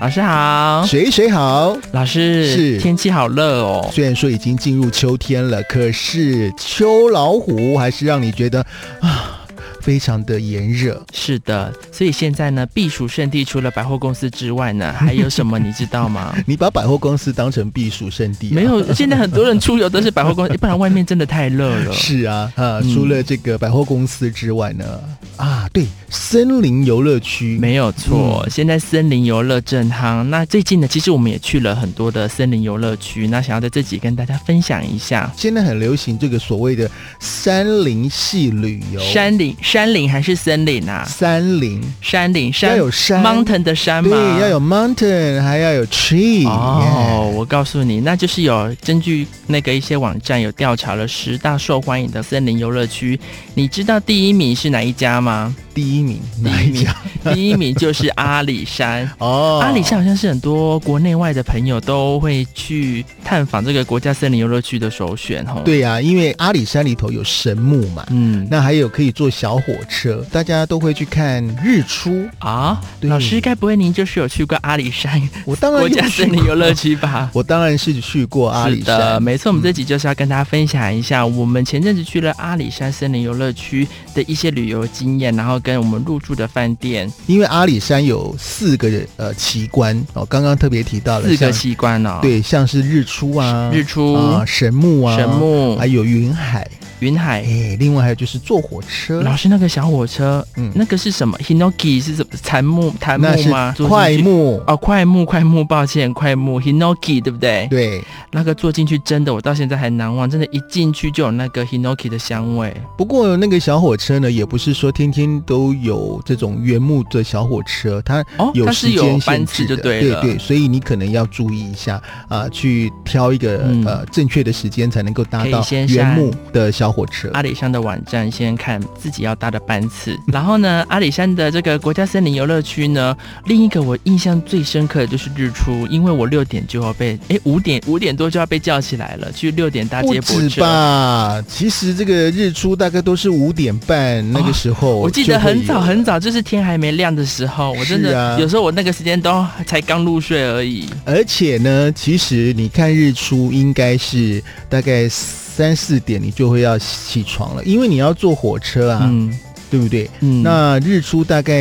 老师好，谁谁好？老师是天气好热哦。虽然说已经进入秋天了，可是秋老虎还是让你觉得啊，非常的炎热。是的，所以现在呢，避暑圣地除了百货公司之外呢， 还有什么你知道吗？你把百货公司当成避暑圣地、啊？没。有，现在很多人出游都是百货公司，不然外面真的太热了。是啊，啊，嗯除了这个百货公司之外呢，啊，对，森林游乐区，没有错，嗯现在森林游乐正夯。那最近呢，其实我们也去了很多的森林游乐区，那想要在这集跟大家分享一下现在很流行这个所谓的山林系旅游，山林、山林还是森林啊？山林山林要山有山 mountain 的山吗？对，要有 mountain，还要有 tree，耶哦，我告诉你，那就是有根据那个一些网站有调查了十大受欢迎的森林游乐区，你知道第一名是哪一家 吗？第一名哪一家？第一名就是阿里山。哦，阿里山好像是很多国内外的朋友都会去探访这个国家森林游乐区的首选哦。，对呀、因为阿里山里头有神木嘛，嗯，那还有可以坐小火车，大家都会去看日出。啊，对老师该不会您就是有去过阿里山我当然国有家去森林过游乐，区吧？我当然是嗯去过阿是里的，山。没错，我们这集就是要跟大家分享一下，我们前阵子去了阿里山森林游乐区的一些旅游经验，然后跟我们入住的饭店因为阿里山有四个呃奇观哦，刚刚特别提到了四个像奇观哦，，对，像是日出啊，日出、啊，神木啊，神，木还、有云海。云海。哎，另外还有就是坐火车，老师，那个小火车，嗯那个是什么？Hinoki 是什么？檀木，檀木那是吗？坐进去快木，哦，快木，快木，抱歉，快木，Hinoki 对不对？对。那个坐进去真的，我到现在还难忘，真的，一进去就有那个 Hinoki 的香味。不过那个小火车呢，也不是说天天都有这种原木的小火车，它哦，有它时是有间班限次制就的，对对了。所以你可能要注意一下啊、去挑一个、嗯呃正确的时间才能够搭可以到先啊原删木的小火车。阿里山的网站先看自己要搭的班次， 然后呢，阿里山的这个国家森林游乐区呢，另一个我印象最深刻的就是日出，因为我六点就要被，哎，五点五点多就要被叫起来了，去六点搭不接驳止车。吧，其实这个日出大概都是五点半那个时候、哦我记得很早很，早，就是天还没亮的时候，我真是的、啊有时候我那个时间都才刚入睡而已。而且呢，其实你看日出应该是大概三四点你就会要起床了，因为你要坐火车啊，嗯对不对？嗯，那日出大概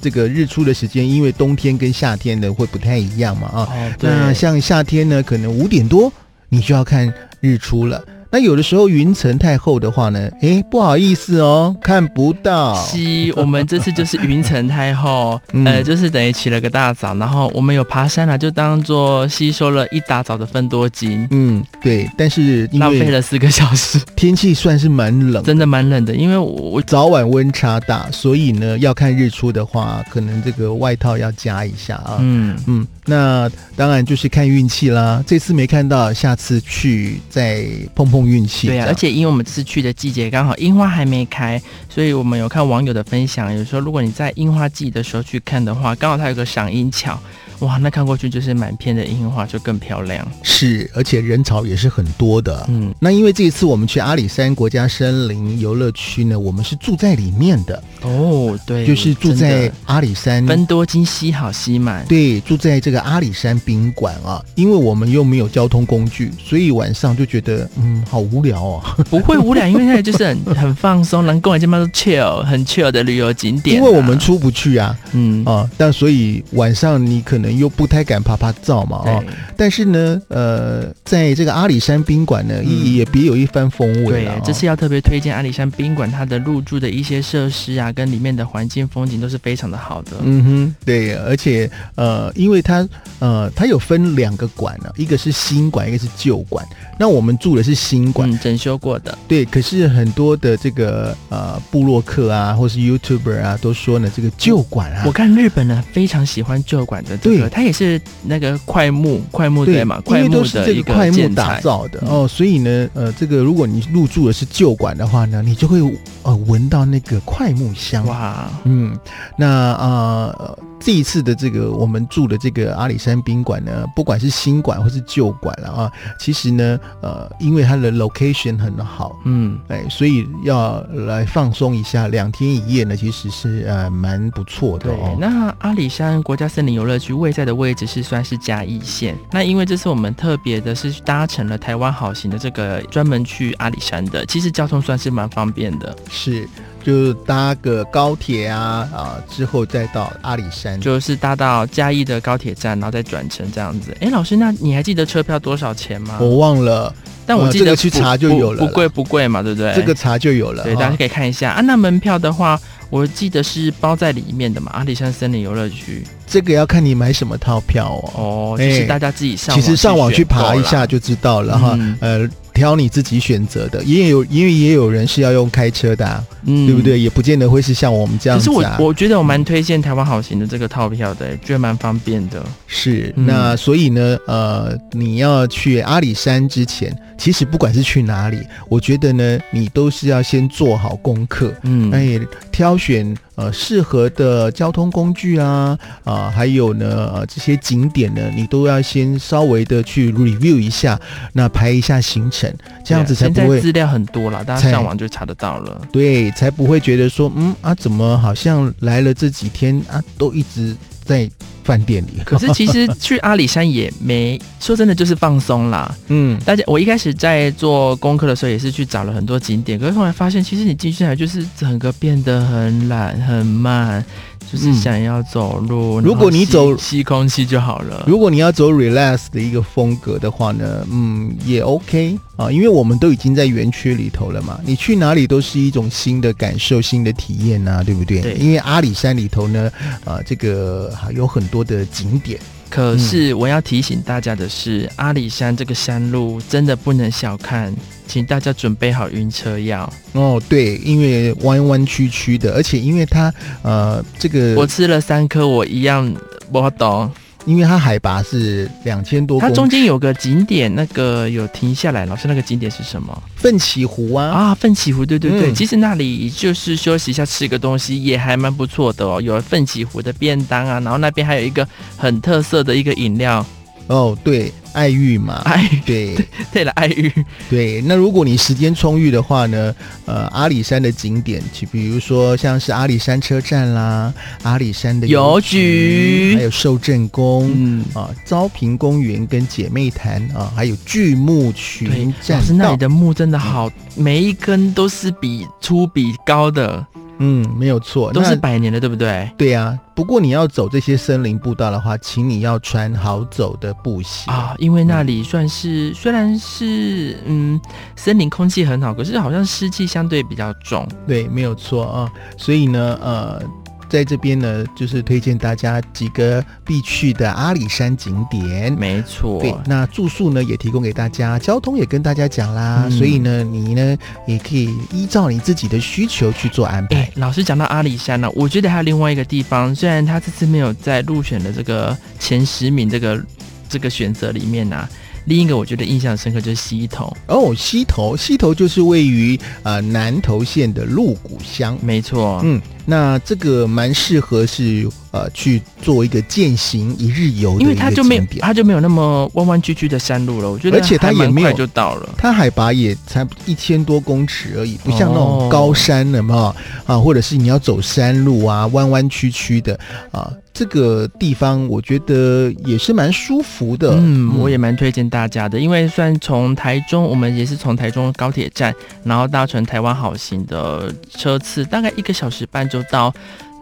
这个日出的时间，因为冬天跟夏天的会不太一样嘛啊。哦对，那像夏天呢，可能五点多你就要看日出了。那有的时候云层太厚的话呢，诶，不好意思哦，看不到。西，我们这次就是云层太厚，嗯呃，就是等于起了个大早，然后我们有爬山了，啊就当做吸收了一大早的分多精，嗯，对，但是因浪费为了四个小时， 天气算是蛮冷，真的蛮冷的，因为我我早晚温差大，所以呢，要看日出的话，可能这个外套要加一下啊。嗯。嗯，那当然就是看运气啦。这次没看到，下次去再碰碰运气这对样。啊，而且因为我们这次去的季节刚好樱花还没开，所以我们有看网友的分享，有时候如果你在樱花季的时候去看的话，刚好它有个赏樱桥，哇，那看过去就是满片的樱花，就更漂亮。是，而且人潮也是很多的。啊嗯，那因为这一次我们去阿里山国家森林游乐区呢，我们是住在里面的，哦，对，就是住真的嗯在阿里山分多金西好西满，对，住在这个阿里山宾馆啊，因为我们又没有交通工具，所以晚上就觉得嗯，好无聊哦。不会无聊，因为那里就是很很放松，能跟我这边都 chill 很 chill 的旅游景 点、啊因为我们，出不去啊嗯，啊，但所以晚上你可能又不太敢爬爬照嘛啊。对但是呢，呃，在这个阿里山宾馆呢，嗯也也别有一番风味对啊了、，这是要特别推荐阿里山宾馆，它的入住的一些设施啊，跟里面的环境风景都是非常的好的。嗯哼，对，而且呃，因为它呃，它有分两个馆呢、一个是新馆，一个是旧馆。那我们住的是新馆，嗯，整修过的，对。可是很多的这个呃部落客啊，或是 YouTuber 啊，都说呢，这个旧馆啊我，看日本人非常喜欢旧馆的这对个，它也是那个快木快木对嘛，因快为木都是的这一个快木建打材。造的嗯哦，所以呢，呃，这个如果你入住的是旧馆的话呢，你就会呃闻到那个快木香。哇，嗯，那啊、呃，这一次的这个我们住的这个阿里山宾馆呢，不管是新馆或是旧馆了啊，其实呢，呃，因为它的 location 很好，嗯，哎，所以要来放松一下，两天一夜呢，其实是呃蛮不错的对哦，。那阿里山国家森林游乐区位在的位置是算是嘉义县。那因为这次我们特别的是搭乘了台湾好行的这个专门去阿里山的，其实交通算是蛮方便的，是，就搭个高铁啊啊，之后再到阿里山。就是搭到嘉义的高铁站，然后再转乘这样子。哎，老师，那你还记得车票多少钱吗？我忘了但我呃记哦这得个去不查就不有了不啦贵不贵嘛，对不对？这个查就有了。对，啊大家可以看一下啊。那门票的话，我记得是包在里面的嘛，阿里山森林游乐区这个要看你买什么套票哦。哦，哎就是大家自己上其实上网去选购爬一啦下就知道了哈。嗯呃，挑你自己选择的，也有因为也有人是要用开车的、啊，嗯对不？对？也不见得会是像我们这样可是子我啊。我觉得我蛮推荐台湾好行的这个套票的，欸觉得蛮方便的。是、嗯那所以呢，呃，你要去阿里山之前，其实不管是去哪里，我觉得呢，你都是要先做好功课。嗯，那也挑选呃适合的交通工具啊啊、还有呢、呃、这些景点呢，你都要先稍微的去 review 一下，那排一下行程，这样子对才啊不现在会资料很多啦，大家才上网就查得到了。对，才不会觉得说，嗯啊，怎么好像来了这几天啊，都一直在饭店里。可是其实去阿里山也没说真的，就是放松啦。嗯，大家，我一开始在做功课的时候也是去找了很多景点，可是后来发现，其实你进去来就是整个变得很懒、很慢，就是嗯想要走路。如果然后吸你走吸空气就好了。如果你要走 relax 的一个风格的话呢，嗯，也 OK 啊，因为我们都已经在园区里头了嘛，你去哪里都是一种新的感受、新的体验呐、对不对？对因为阿里山里头呢，啊，这个啊有很多的景点。可是我要提醒大家的是，阿里山这个山路真的不能小看，请大家准备好晕车药。哦，对，因为弯弯曲曲的，而且因为它呃，这个我吃了三颗，我一样我懂。因为它海拔是两千多它公尺，中间有个景点，那个有停下来，老师那个景点是什么奋起湖啊，啊？奋起湖，对对对，嗯其实那里就是休息一下，吃个东西也还蛮不错的哦。有奋起湖的便当啊，然后那边还有一个很特色的一个饮料，哦，对，爱玉嘛，爱 玉。对啊对了，爱玉，对。那如果你时间充裕的话呢，呃，阿里山的景点，就比如说像是阿里山车站啦，阿里山的邮局还有寿镇宫。嗯，啊，昭平公园跟姐妹潭啊，还有巨木对群，老栈师那道里，的木真的好，每一根都是比粗比高的，嗯，没有错，都那是百年的，对不对？对啊。不过你要走这些森林步道的话，请你要穿好走的布鞋啊，因为那里算是虽然是嗯森林空气很好，可是好像湿气相对比较重。对，没有错啊。所以呢，呃，在这边呢，呃就是推荐大家几个必去的阿里山景点。没错，对，那住宿呢也提供给大家，交通也跟大家讲啦，嗯所以呢，你呢也可以依照你自己的需求去做安排。哎、老师讲到阿里山呢、我觉得还有另外一个地方，虽然他这次没有在入选的这个前十名这个这个选择里面啊，另一个我觉得印象深刻就是溪头。哦，溪头，溪头就是位于呃南投县的鹿谷乡。没错，嗯，那这个蛮适合是呃去做一个践行一日游的因为一它个就没有景点，它就没有那么弯弯曲曲的山路了，我觉得而且它还也蛮没有快就到了。它海拔也才一千多公尺而已，不像那哦种高山了嘛、啊，或者是你要走山路啊，弯弯曲曲的啊，这个地方我觉得也是蛮舒服的。嗯，我也蛮推荐大家的，因为算从台中，我们也是从台中高铁站，然后搭乘台湾好行的车次，大概一个小时半就到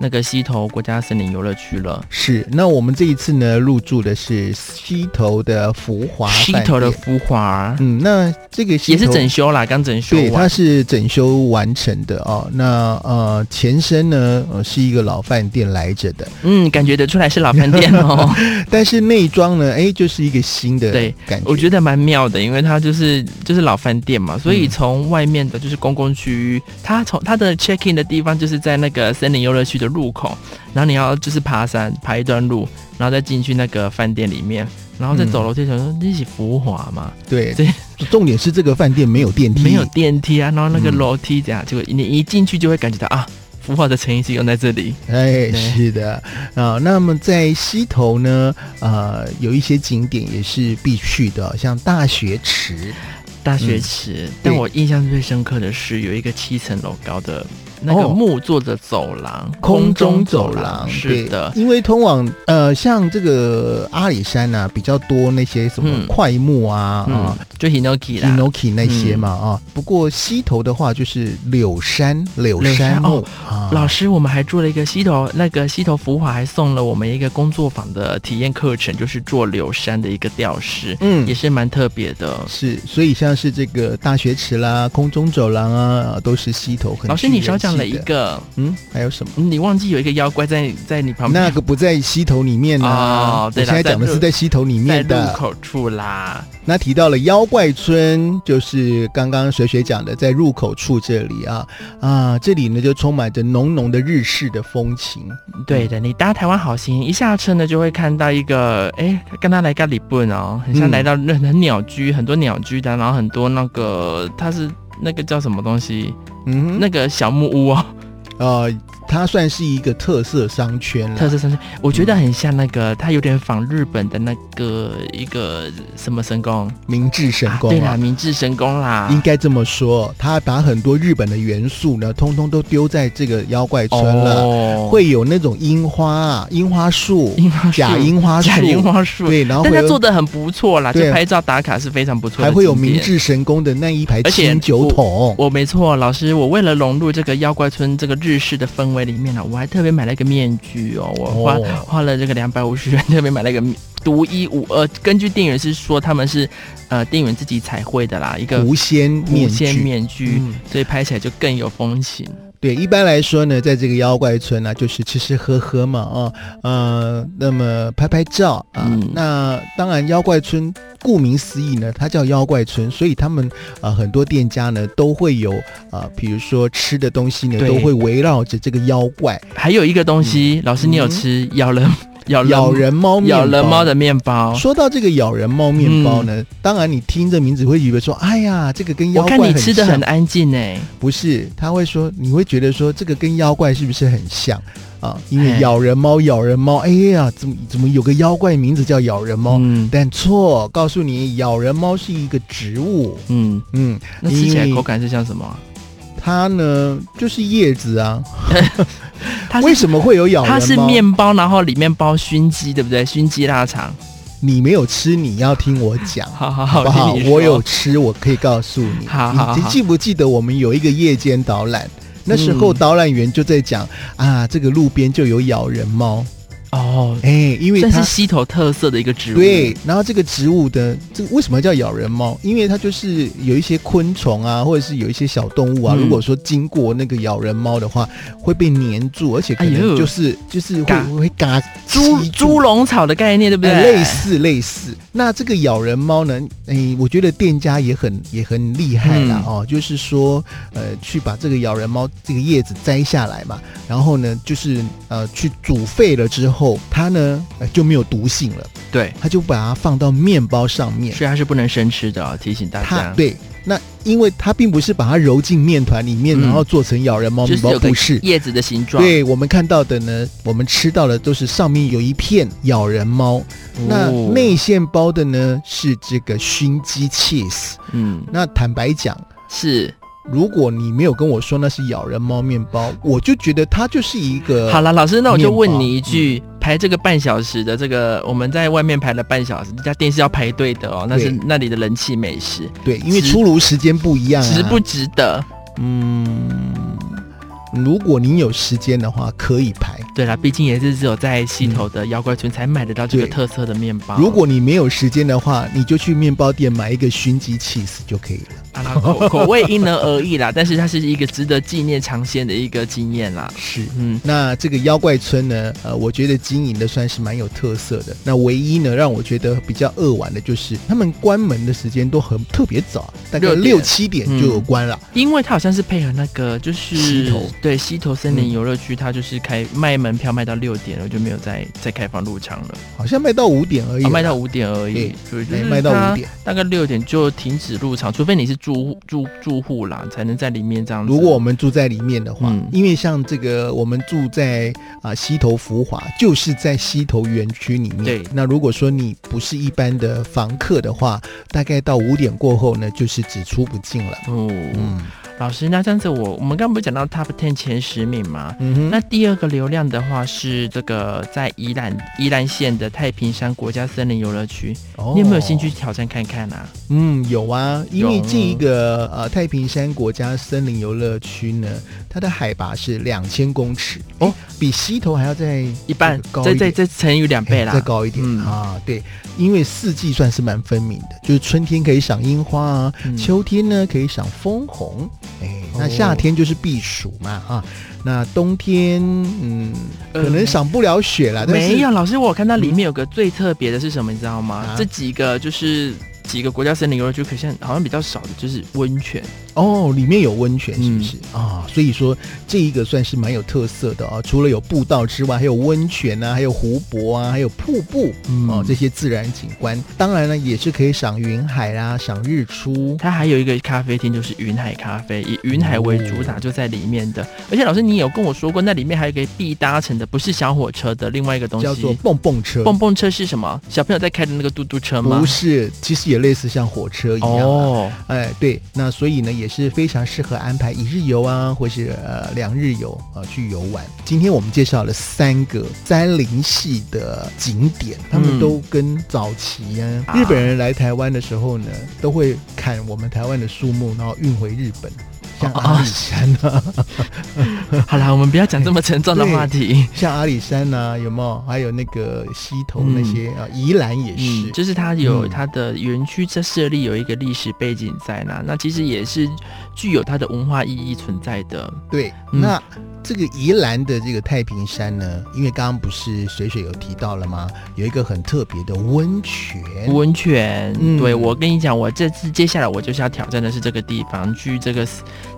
那个溪头国家森林游乐区了。是。那我们这一次呢，入住的是溪头的福华溪饭头的店浮华、嗯，那这个溪也是头整修啦，刚整修对，它完。是整修完成的哦。那呃，前身呢，呃，是一个老饭店来着的，嗯，感觉得出来是老饭店哦，但是内装呢，哎，就是一个新的对感觉。我觉得蛮妙的，因为它就是就是老饭店嘛，所以嗯从外面的就是公共区域，它从它的 check in 的地方就是在那个森林游乐区的入口，然后你要就是爬山爬一段路，然后再进去那个饭店里面，然后再走楼梯，想说那是浮华嘛，对对，重点是这个饭店没有电梯，没有电梯啊，然后那个楼梯这样，结果你一进去就会感觉到啊。浮华的成因是用在这里，哎，对是的啊、那么在溪头呢，呃，有一些景点也是必去的，像大学池。大学池。但我印象最深刻的是有一个七层楼高的那个哦木做的走廊，空中走空廊，是的对，因为通往呃，像这个阿里山啊，比较多那些什么嗯快木啊、嗯啊、，就 Hinoki 啦。 Inoki 那些嘛、啊。不过溪头的话，就是柳杉、柳柳杉杉木哦、啊，老师，我们还做了一个溪头那个溪头浮华，还送了我们一个工作坊的体验课程，就是做柳杉的一个吊饰，嗯也。是蛮特别的。是，所以像是这个大学池啦、空中走廊啊，啊都是溪头很老师，具你人少讲气了一的，个，嗯，还有什么？你忘记有一个妖怪在在你旁边，那个不在溪头里面啊，哦对我啦现在讲的是在溪头里在面入的。口处啦。那提到了妖怪村，就是刚刚水水讲的，在入口处这里啊啊，这里呢就充满着浓浓的日式的风情。对的，你搭台湾好行，一下车呢就会看到一个，哎，跟他来咖喱笨哦，很像嗯来到那很鸟居，很多鸟居的，然后很多那个它是那个叫什么东西，嗯哼，那个小木屋哦，呃，它算是一个特色商圈特了。色商圈，我觉得很像那个，它有点仿日本的那个一个什么神宫，明治神啊、对宫啦，啊。明治神宫啦，应该这么说，它把很多日本的元素呢，通通都丢在这个妖怪村了，哦，会有那种樱花、啊、樱花树、樱花树假樱花树、假樱花树，对，然后但会它有做的很不错啦，就对拍照打卡是非常不错的，还会有明。治神宫的那一排而且清酒桶。我没错，老师，我为了融入这个妖怪村这个日式的氛围里面啊呢，我还特别买了一个面具哦，我花、哦花了这个两百五十元，特别买了一个独一无二。根据店员是说他们是呃店员自己彩绘的啦，一个狐仙面无限具。面具，嗯所以拍起来就更有风情。对，一般来说呢，在这个妖怪村呢、就是吃吃喝喝嘛，啊，呃，那么拍拍照啊。嗯那当然，妖怪村顾名思义呢，它叫妖怪村，所以他们啊、呃很多店家呢都会有啊、呃比如说吃的东西呢，对都会围绕着这个妖怪还有一个东西，老师你有吃咬人咬人嗯 咬人猫面咬人包猫的面包？说到这个咬人猫面包呢，当然你听这名字会以为说，哎呀，这个跟妖我怪看你吃的像很安静哎、不是，他会说，你会觉得说这个跟妖怪是不是很像啊？因为哎咬人猫，咬人猫，哎呀，怎么怎么有个妖怪名字叫咬人猫？嗯但错，告诉你，咬人猫是一个植物，嗯，嗯，那吃起来因为口感是像什么啊？它呢就是叶子啊。它为是什么会有咬人猫？它是面包，然后里面包熏鸡，对不对？熏鸡腊肠。你没有吃，你要听我讲。好 好好好，不好听你？说我有吃，我可以告诉你。好好你好记不记得我们有一个夜间导览？那时候嗯导览员就在讲、啊，这个路边就有咬人猫，哦，哎、因为算它是溪头特色的一个植物。对，然后这个植物的这个为什么叫咬人猫？因为它就是有一些昆虫啊，或者是有一些小动物啊，嗯如果说经过那个咬人猫的话，会被粘住，而且可哎能呦就是、就是会嘎会嘎猪吸住猪笼草的概念，对不对？哎类似类似。那这个咬人猫呢？哎、我觉得店家也很也很厉害啦、嗯哦，就是说，呃，去把这个咬人猫这个叶子摘下来嘛，然后呢，就是呃去煮沸了之后，它呢、呃就没有毒性了，对，它就把它放到面包上面。所以它是不能生吃的哦，提醒大它家。，对，那因为它并不是把它揉进面团里面，嗯然后做成咬人猫就面是包，有个不是。叶子的形状。对我们看到的呢，我们吃到的都是上面有一片咬人猫，哦，那内馅包的呢是这个熏鸡 cheese。嗯那坦白讲，是如果你没有跟我说那是咬人猫面包，我就觉得它就是一个好了，老师，那我就呃面包嗯问你一句：排这个半小时的这个，我们在外面排了半小时，这家店是要排队的哦，那是对那里的人气美食，对，因为值出炉时间不一样、啊。值不值得？嗯，如果你有时间的话，可以排。对啦，毕竟也是只有在西头的妖怪村才买得到这个对特色的面包。如果你没有时间的话，你就去面包店买一个熏鸡 cheese 就可以了。啊啦口 口味因人而异啦，但是它是一个值得纪念尝鲜的一个经验啦。是。嗯，那这个妖怪村呢，呃，我觉得经营的算是蛮有特色的。那唯一呢，让我觉得比较扼腕的就是他们关门的时间都很特别早，大概6点嗯六七点就有关了。因为它好像是配合那个就是西头对西头森林嗯游乐区，它就是开卖门票卖到六点了，就没有再再开放入场了，好像卖到五点而已、啊，卖到五点而已对，所以就哎是卖到它五点。大概六点就停止入场，除非你是住户住住户啦，才能在里面这样子。如果我们住在里面的话，啊嗯因为像这个我们住在啊、西头福华，就是在西头园区里面。对那如果说你不是一般的房客的话，大概到五点过后呢，就是只出不进了。哦，嗯老师，那这样子我我们刚刚不是讲到 Top Ten 前十名吗？嗯哼，那第二个流量的话是这个在宜兰宜兰县的太平山国家森林游乐区，哦你有没有兴趣？挑战看看啊？嗯，有啊，因为有这一个呃太平山国家森林游乐区呢，它的海拔是两千公尺哦诶比西头还要再一半高再一再点。再乘以两倍哎啦再。高一点、嗯啊！对，因为四季算是蛮分明的，就是春天可以赏樱花啊，嗯秋天呢可以赏枫红，哎，那哦夏天就是避暑嘛啊，那冬天嗯可能呃赏不了雪啊啦，但是没有，老师，我有看到里面有个最特别的是什么，你知道吗？啊这几个就是几个国家森林游乐区，可是好像比较少的就是温泉。哦，里面有温泉嗯是不是啊、所以说这一个算是蛮有特色的啊、除了有步道之外，还有温泉啊，还有湖泊啊，还有瀑布嗯哦，这些自然景观。当然呢，也是可以赏云海啦、赏日出。它还有一个咖啡厅，就是云海咖啡，以嗯云海为主打，就在里面的。而且老师，你有跟我说过，那里面还有一个必搭乘的，不是小火车的另外一个东西，叫做蹦蹦车，蹦蹦车是什么？小朋友在开的那个嘟嘟车吗？不是，其实也类似像火车一样、 哦，哦，哎，对，那所以呢，也是非常适合安排一日游啊，或是呃两日游啊、去游玩。今天我们介绍了三个山林系的景点，他嗯们都跟早期啊、啊日本人来台湾的时候呢，都会砍我们台湾的树木，然后运回日本。像啊阿里山啊，好啦，我们不要讲这么沉重的话题。像阿里山啊，有没有？还有那个西头那些啊、宜兰也是。嗯，就是它有嗯它的园区在设立有一个历史背景在那，那其实也是具有它的文化意义存在的。对，嗯那这个宜兰的这个太平山呢，因为刚刚不是水水有提到了吗？有一个很特别的温泉。温泉，哎嗯对我跟你讲，我这次接下来我就是要挑战的是这个地方，去这个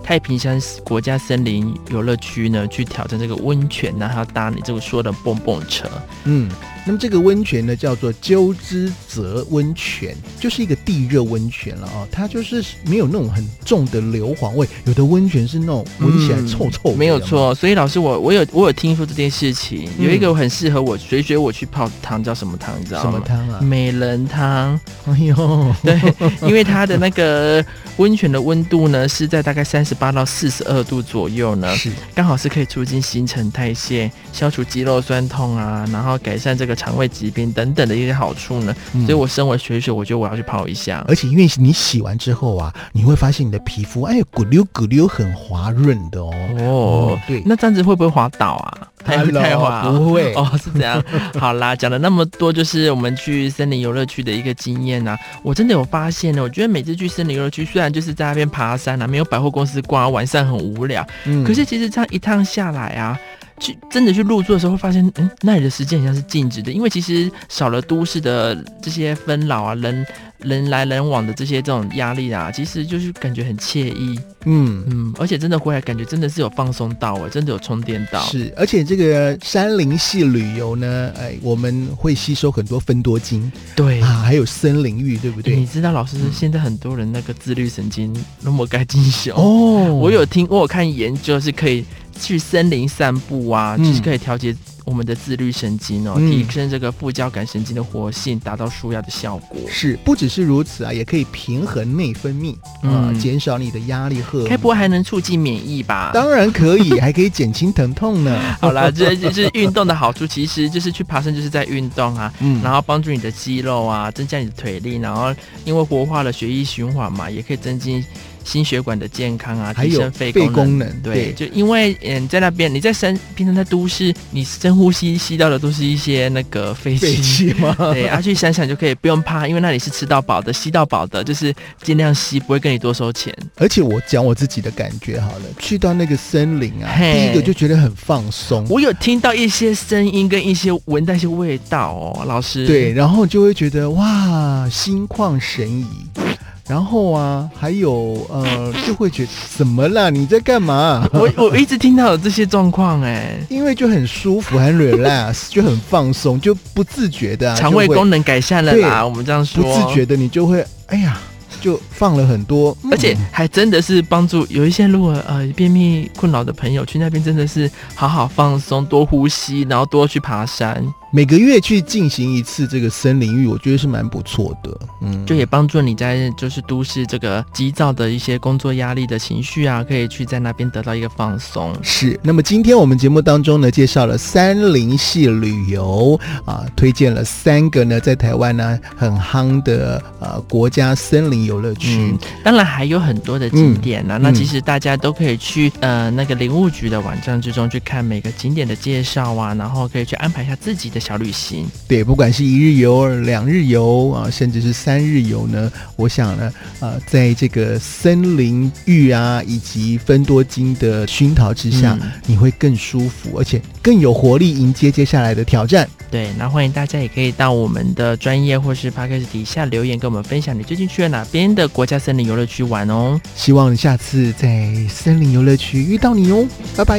太平山国家森林游乐区呢，去挑战这个温泉，然后要搭你这个说的蹦蹦车。嗯，那么这个温泉呢，叫做鸠之泽温泉，就是一个地热温泉了哦。它就是没有那种很重的硫磺味，有的温泉是那种闻起来嗯臭臭、没有。错，所以老师我我有我有听说这件事情，嗯有一个很适合我水水我去泡汤，叫什么汤你知道什么吗？汤啊？美人汤，哎呦，对， 因为它的那个温泉的温度呢是在大概三十八到四十二度左右 呢，是刚好是可以促进新陈代谢、消除肌肉酸痛啊，然后改善这个肠胃疾病等等的一些好处呢。嗯所以我身为水水，我觉得我要去泡一下。而且因为你洗完之后啊，你会发现你的皮肤哎咕溜咕溜很滑润的哦。哦嗯，对那这样子会不会滑倒 啊？太 Hello，太滑不 会哦，是这 样。好啦，讲了那么多，就是我们去森林游乐区的一个经验啊。我真的有发现呢，我觉得每次去森林游乐区，虽然就是在那边爬山啊，没有百货公司逛啊，晚上很无聊，嗯可是其实这样一趟下来啊。去真的去入住的时候，会发现，嗯，那里的时间好像是静止的，因为其实少了都市的这些纷扰啊，人人来人往的这些这种压力啊，其实就是感觉很惬意。嗯。嗯，而且真的回来感觉真的是有放松到哎，真的有充电到。是，而且这个山林系旅游呢，哎，我们会吸收很多分多精对。啊，还有森林浴，对不你对？知道老师现在很多人那个自律神经那么该进修，哦我有听，我有看研究是可以去森林散步啊，嗯就是可以调节我们的自律神经哦，嗯提升这个副交感神经的活性，达到舒压的效果。是，不只是如此啊，也可以平衡内分泌啊，嗯减少你的压力荷尔蒙该不会还能促进免疫吧？当然可以，还可以减轻疼痛 呢。好啦，这这就是运动的好处，其实就是去爬山就是在运动啊，嗯然后帮助你的肌肉啊，增加你的腿力，然后因为活化了血液循环嘛，也可以增进心血管的健康啊，还提有升肺肺功功能，对，就因为嗯，在那边你在深，平常在都市，你深呼吸吸到的都是一些那个废肺气。气吗？ 对，啊，去山上就可以不用怕，因为那里是吃到饱的，吸到饱的，就是尽量吸，不会跟你多收钱。 而且我讲我自己的感觉好了，去到那个森林啊，嘿第一个就觉得很放松，我有听到一些声音跟一些闻到一些味道哦，老师。对，，然后就会觉得哇，心旷神怡。然后啊，还有呃，就会觉得怎么啦？你在干嘛？我我一直听到有这些状况哎，因为就很舒服，很 relax，就 很放松，就不自觉 的、啊、肠就胃会功能改善了啦，我们这样说。不自觉的，你就会哎呀，就放了很多，嗯而且还真的是帮助有一些如果呃便秘困扰的朋友去那边真的是好好放松，多呼吸，然后多去爬山，每个月去进行一次这个森林浴，我觉得是蛮不错的。嗯，就也帮助你在就是都市这个急躁的一些工作压力的情绪啊，可以去在那边得到一个放松。是，那么今天我们节目当中呢，介绍了三林系旅游啊，推荐了三个呢，在台湾呢很夯的呃国家森林游乐区。嗯，当然还有很多的景点呢、嗯那其实大家都可以去呃那个林务局的网站之中去看每个景点的介绍啊，然后可以去安排一下自己的小旅行。对，不管是一日游、两日游啊，甚至是三日游呢，我想呢，呃，在这个森林浴啊以及芬多精的熏陶之下，嗯你会更舒服，而且更有活力迎接接下来的挑战。对，那欢迎大家也可以到我们的专业或是 p a c k a g e 底下留言，跟我们分享你最近去了哪边的国家森林游乐区玩哦。希望下次在森林游乐区遇到你哦，拜拜。